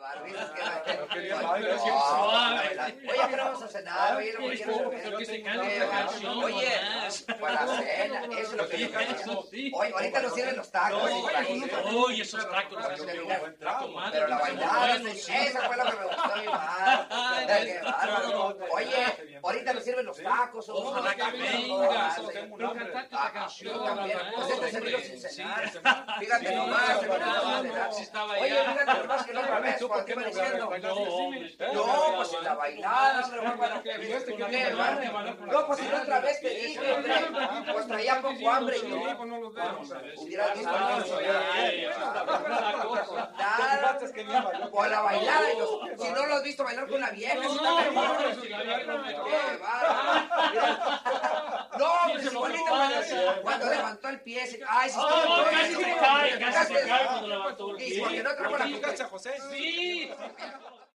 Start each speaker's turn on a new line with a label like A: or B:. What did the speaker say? A: Barbie es que va a estar-
B: No quería
A: Oye,
B: Barbie,
A: no,
B: siempre
A: no,
C: Barbie.
A: la verdad. Oye, pero vamos a
C: Ah,
A: cenar, oye, lo que quieras.
B: Pero
A: pero-
B: que se
C: cante
A: Qué
C: la
A: bárbaro.
C: canción,
A: Oye,
C: nomás.
A: para la cena, eso es lo que yo quería.
C: Eso sí.
A: Oye, ahorita nos sirven los tacos.
C: No,
A: oye,
C: oye, oye, esos tacos los hacen
A: Pero
C: de
A: la
C: buen taco, madre,
A: Pero la
C: son
A: bailada,
C: buenos,
A: sí,
C: sí.
A: esa fue lo que me gustó a mi madre. Qué bárbaro. Oye, ahorita nos sirven los tacos.
C: Ojo,
A: unos
C: la
A: tacos,
C: venga,
A: unos
C: eso
A: tacos.
C: Pero cantate
A: Ah,
C: esa canción,
A: yo también,
C: Rafael,
A: pues este
C: hombre.
A: salió sin cenar.
C: Sí, esta semana.
A: Fíjate
C: Sí,
A: nomás,
C: estaba
A: se me acaba de
C: no,
A: dar.
C: sí estaba
A: Oye,
C: allá.
A: fíjate nomás que la otra vez, cuando te iba diciendo, No, pues en la bailada, se lo voy a guardar. Qué bárbaro. No, pues si la otra vez te dije, hombre, pues traía poco hambre y yo.
C: Ah,
A: Hubiera dicho Claro, con la bailada. y los- Si no lo has visto bailar con la vieja, si está mejor. Qué bárbaro. No, pues igualito cuando, cuando levantó el pie. se- Ay, si está
C: Ah, No,
A: mejor,
C: casi
A: si
C: se
A: está
C: cae,
A: mejor,
C: casi se
A: casi-
C: cae cuando levantó el
A: Y porque
C: pie.
A: no trajo la
C: Sí.